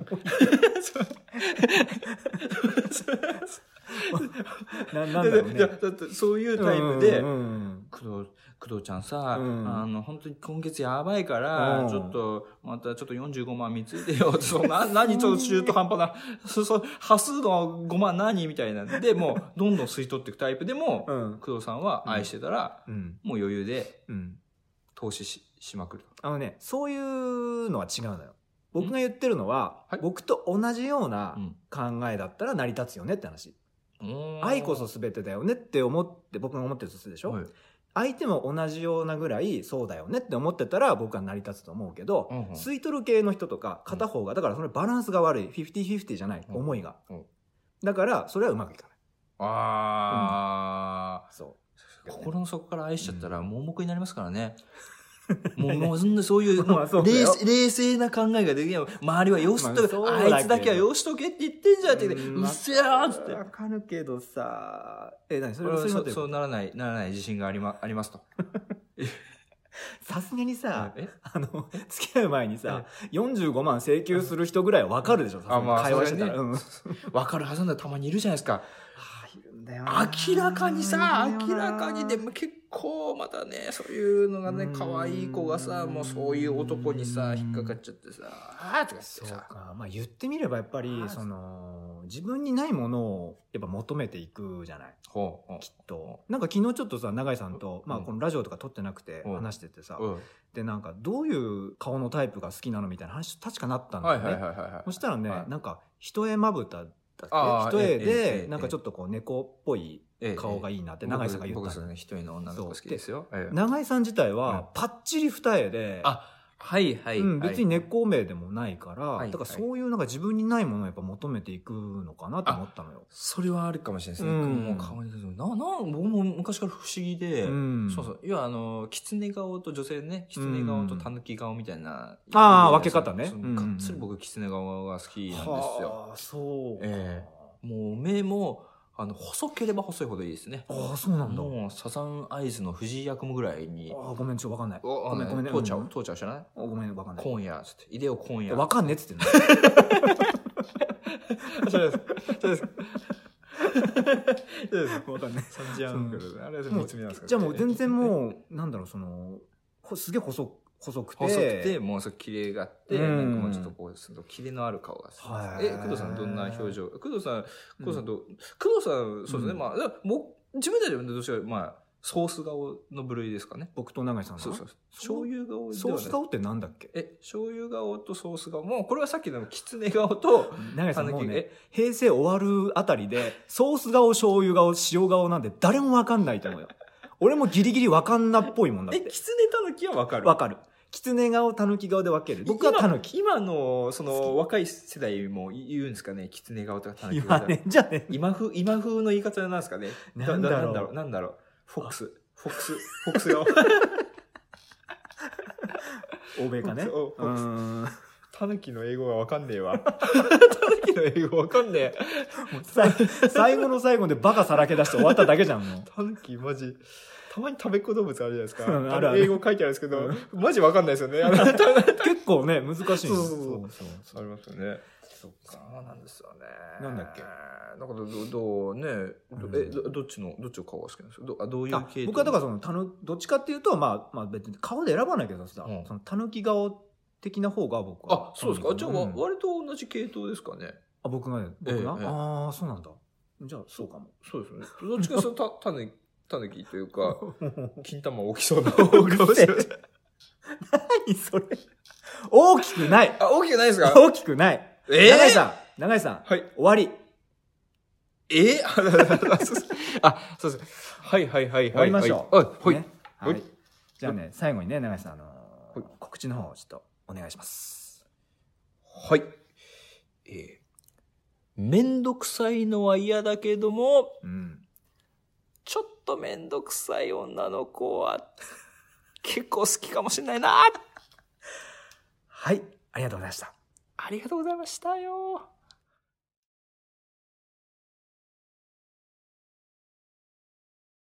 Speaker 1: な <laughs> なんだろう
Speaker 2: いや
Speaker 1: ね
Speaker 2: だ。ってそう
Speaker 1: <laughs>
Speaker 2: いうタイプで、
Speaker 1: うんうんうん
Speaker 2: 工藤工藤ちゃんさ、
Speaker 1: うん
Speaker 2: あの本当に今月やばいから、
Speaker 1: うん
Speaker 2: ちょっとまたちょっと45万貢いでよって <laughs> そんな何ちょっと中途半端な <laughs> そうそう端数の5万何みたいなんでもうどんどん吸い取っていくタイプでも、
Speaker 1: うん。
Speaker 2: 工藤さんは愛してたら、
Speaker 1: うん。
Speaker 2: もう余裕で
Speaker 1: うん。
Speaker 2: 投資ししまくる
Speaker 1: あのね、そういうのは違うのよ。僕が言ってるのは
Speaker 2: はい、
Speaker 1: 僕と同じような
Speaker 2: うん
Speaker 1: 考えだったら成り立つよねって話。
Speaker 2: と
Speaker 1: 愛こそ全てだよねって思って、僕が思ってるとするでしょ、
Speaker 2: はい
Speaker 1: 相手も同じようなぐらいそうだよねって思ってたら僕は成り立つと思うけど、
Speaker 2: うんうん
Speaker 1: 吸い取る系の人とか片方が、だからそのバランスが悪い。50-50じゃない。
Speaker 2: うん
Speaker 1: 思いが
Speaker 2: うん。
Speaker 1: だから、それはうまくいかない。
Speaker 2: ああ、
Speaker 1: そ
Speaker 2: 心の底から愛しちゃったら
Speaker 1: うん
Speaker 2: 盲目になりますか
Speaker 1: <laughs>
Speaker 2: らね。もう、もう、そんな、そういう、も
Speaker 1: まあそう
Speaker 2: う
Speaker 1: だ
Speaker 2: 冷
Speaker 1: よ
Speaker 2: 静、冷静な考えができない。周りはよしとけ、
Speaker 1: まあそうだけど
Speaker 2: あいつだけはよしとけって言ってんじゃんって言って、
Speaker 1: う
Speaker 2: うんっせーっつって
Speaker 1: う。。わかるけどさ、え、何それ、
Speaker 2: 俺は
Speaker 1: それ
Speaker 2: そ
Speaker 1: なん
Speaker 2: う
Speaker 1: て
Speaker 2: そうならない、ならない自信がありま、ありますと。
Speaker 1: さすがにさ、
Speaker 2: え
Speaker 1: あの、 <laughs> 付き合う前にさ、45万請求する人ぐらいはわかるでしょ、さすがに
Speaker 2: まあ
Speaker 1: 会話してたら。
Speaker 2: それ
Speaker 1: うん
Speaker 2: わかるはずなんだ、たまにいるじゃないですか。
Speaker 1: あーいるんだよな
Speaker 2: 明らかにさ
Speaker 1: い、るんだ
Speaker 2: 明
Speaker 1: よな
Speaker 2: らかに、でも結構またね、そういうのがね
Speaker 1: う、ん
Speaker 2: 可愛い子がさ、もうそういう男にさ、引っかかっちゃってさ、あーとか言って
Speaker 1: そう
Speaker 2: さ。
Speaker 1: か。まあ言ってみればやっぱり
Speaker 2: あ、ー
Speaker 1: その、自分にないものをやっぱ求めていくじゃない
Speaker 2: ほう、ほう
Speaker 1: きっと。なんか昨日ちょっとさ、永井さんと、
Speaker 2: うん
Speaker 1: まあこのラジオとか撮ってなくて
Speaker 2: うん
Speaker 1: 話しててさ、
Speaker 2: うん
Speaker 1: でなんかどういう顔のタイプが好きなのみたいな話確かなったんだ
Speaker 2: は
Speaker 1: よ
Speaker 2: い
Speaker 1: ね。
Speaker 2: はいはいはいはい。
Speaker 1: そしたらね、
Speaker 2: はい
Speaker 1: なんか一重まぶただっ
Speaker 2: あ
Speaker 1: け一
Speaker 2: あ
Speaker 1: 重
Speaker 2: えええ
Speaker 1: で、
Speaker 2: え
Speaker 1: なんかちょっとこう猫っぽい顔が
Speaker 2: いい
Speaker 1: いいなって永井さんが言った
Speaker 2: 僕
Speaker 1: ん
Speaker 2: 僕
Speaker 1: だ
Speaker 2: ね
Speaker 1: よ
Speaker 2: 一人の女の子好きですよ。ええ
Speaker 1: 永井さん自体
Speaker 2: うん
Speaker 1: はパッチリ二重で、
Speaker 2: あはいはい、
Speaker 1: うん、別に
Speaker 2: ね
Speaker 1: 猫名でもないから、
Speaker 2: はい
Speaker 1: だからそういうなんか自分にないものをやっぱ求めていくのかなと思ったのよ。
Speaker 2: それはあるかもしれないですね。
Speaker 1: うん
Speaker 2: もう顔に出てもななん僕も昔から不思議で、
Speaker 1: うん
Speaker 2: そうそう要はあの狐顔と女性ね狐顔と狸顔みたいな、
Speaker 1: ああ
Speaker 2: いるじゃないですか
Speaker 1: 分け方ねうん
Speaker 2: そうがっつり僕狐顔が好きなんですよ。
Speaker 1: はあ、そうか。
Speaker 2: えもう目もあの細ければ細いほどいいですね。
Speaker 1: ああ、そうなんだ。
Speaker 2: もうサザンアイズの藤井役もぐらいに。
Speaker 1: ああ、ごめん、ちょっとわかんない。
Speaker 2: お
Speaker 1: ごめん、ごめんね。
Speaker 2: 父ちゃ
Speaker 1: うん
Speaker 2: ん、父ちゃん知らない
Speaker 1: あごめん、わかんない。
Speaker 2: 今夜、つって、いでよ今夜。
Speaker 1: わかんねえっ
Speaker 2: <laughs>
Speaker 1: つってんの。
Speaker 2: そうです。そう <laughs> です。そうです。
Speaker 1: わかんね
Speaker 2: サンジアンクル。あれは
Speaker 1: え。
Speaker 2: 三つ目なんですか
Speaker 1: じゃあもう全然もう、なんだろう、その、ほすげえ細く細くて。
Speaker 2: 細くて、もうすごいキレがあって、
Speaker 1: うん
Speaker 2: なんかもうちょっとこう、そのキレのある顔
Speaker 1: は
Speaker 2: が好き
Speaker 1: い
Speaker 2: です。え、工藤さんどんな表情工藤さん、工藤さんと、工藤さん、そうですね。
Speaker 1: うん
Speaker 2: まあ、だからもう、自分たちはどうしよう、まあ、ソース顔の部類ですかね。
Speaker 1: 僕と永井さんの
Speaker 2: そうそう。
Speaker 1: そ
Speaker 2: 醤
Speaker 1: う
Speaker 2: 油顔ではない
Speaker 1: ソース顔ってなんだっけ
Speaker 2: え、醤油顔とソース顔。もう、これはさっきの狐顔と、
Speaker 1: 永井さんもう
Speaker 2: 狸
Speaker 1: ね
Speaker 2: え、
Speaker 1: 平成終わるあたり
Speaker 2: <laughs>
Speaker 1: で、ソース顔、醤油顔、塩顔なんて誰もわかんないと思うよ。俺もギリギリわかんなっぽいもんだっ
Speaker 2: え、
Speaker 1: て。
Speaker 2: 狐狸はわかる
Speaker 1: わかる。狐顔、狸顔で分ける。僕は狸。
Speaker 2: 今の、その、若い世代も言うんですかね、狐顔とか狸顔
Speaker 1: 今
Speaker 2: とか。
Speaker 1: ね、じゃあね。
Speaker 2: 今風、今風の言い方なんですかね。
Speaker 1: なんだろう
Speaker 2: なんだろう、なんだろう。フォックス、フォックス、フォックス顔。 <laughs>
Speaker 1: 欧米かね。
Speaker 2: そう
Speaker 1: うーん。
Speaker 2: <laughs>
Speaker 1: も
Speaker 2: タヌキの英語がわかんねえわ。 <laughs> タヌキの英語わかんねえ。
Speaker 1: うさい最後の最後でバカさらけ出して終わっただけじゃん、もう。
Speaker 2: タヌキマジ、たまに食べっ子動物あるじゃないですか。
Speaker 1: うんあ
Speaker 2: あ
Speaker 1: るあ
Speaker 2: の
Speaker 1: る
Speaker 2: 英語書いてあるんですけど、マジわかんないですよね。あのあ
Speaker 1: 結構ね、難しいの
Speaker 2: そうそ
Speaker 1: そ
Speaker 2: うそう
Speaker 1: うそう
Speaker 2: りますよね。そっか、なんですよね。
Speaker 1: なんだっけ
Speaker 2: なんかど、ど、どうね、どえ、どどっちの、どっちの顔が好きなんですかどあどういう
Speaker 1: あ
Speaker 2: 系
Speaker 1: 僕はだから
Speaker 2: ら、
Speaker 1: そのたぬどっちかっていうと、まあ、まあ別に顔で選ばないけどさ、
Speaker 2: うん
Speaker 1: その狸顔的な方が僕は
Speaker 2: あ、そうですか。じゃあ、わ
Speaker 1: うん
Speaker 2: 割と同じ系統ですかね。
Speaker 1: あ僕がね僕が、
Speaker 2: ええええ
Speaker 1: ああそうなんだじゃあそうかも
Speaker 2: そう <laughs> ですね。どっちかというと、た、たぬき、たぬきという <laughs> か、
Speaker 1: 何
Speaker 2: 金玉大きそうな方が好きです。
Speaker 1: それ大きくない
Speaker 2: <laughs> あ、大きくないです <laughs> か
Speaker 1: 大きくない、
Speaker 2: ええ
Speaker 1: 長井さん長井さん
Speaker 2: はい。
Speaker 1: 終わり
Speaker 2: え <laughs> あららららそうそうあ、そうです。はいはいはいはい。
Speaker 1: 終わりましょう
Speaker 2: はい。はい。
Speaker 1: ね
Speaker 2: はい
Speaker 1: はいじゃあね最後にね長井さんあのー
Speaker 2: は
Speaker 1: 告知の方をちょっとお願いします
Speaker 2: はい。えー、めんどくさいのは嫌だけども、
Speaker 1: うん
Speaker 2: ちょっとめんどくさい女の子は、結構好きかもしれないな。
Speaker 1: はいありがとうございました
Speaker 2: ありがとうございましたよ。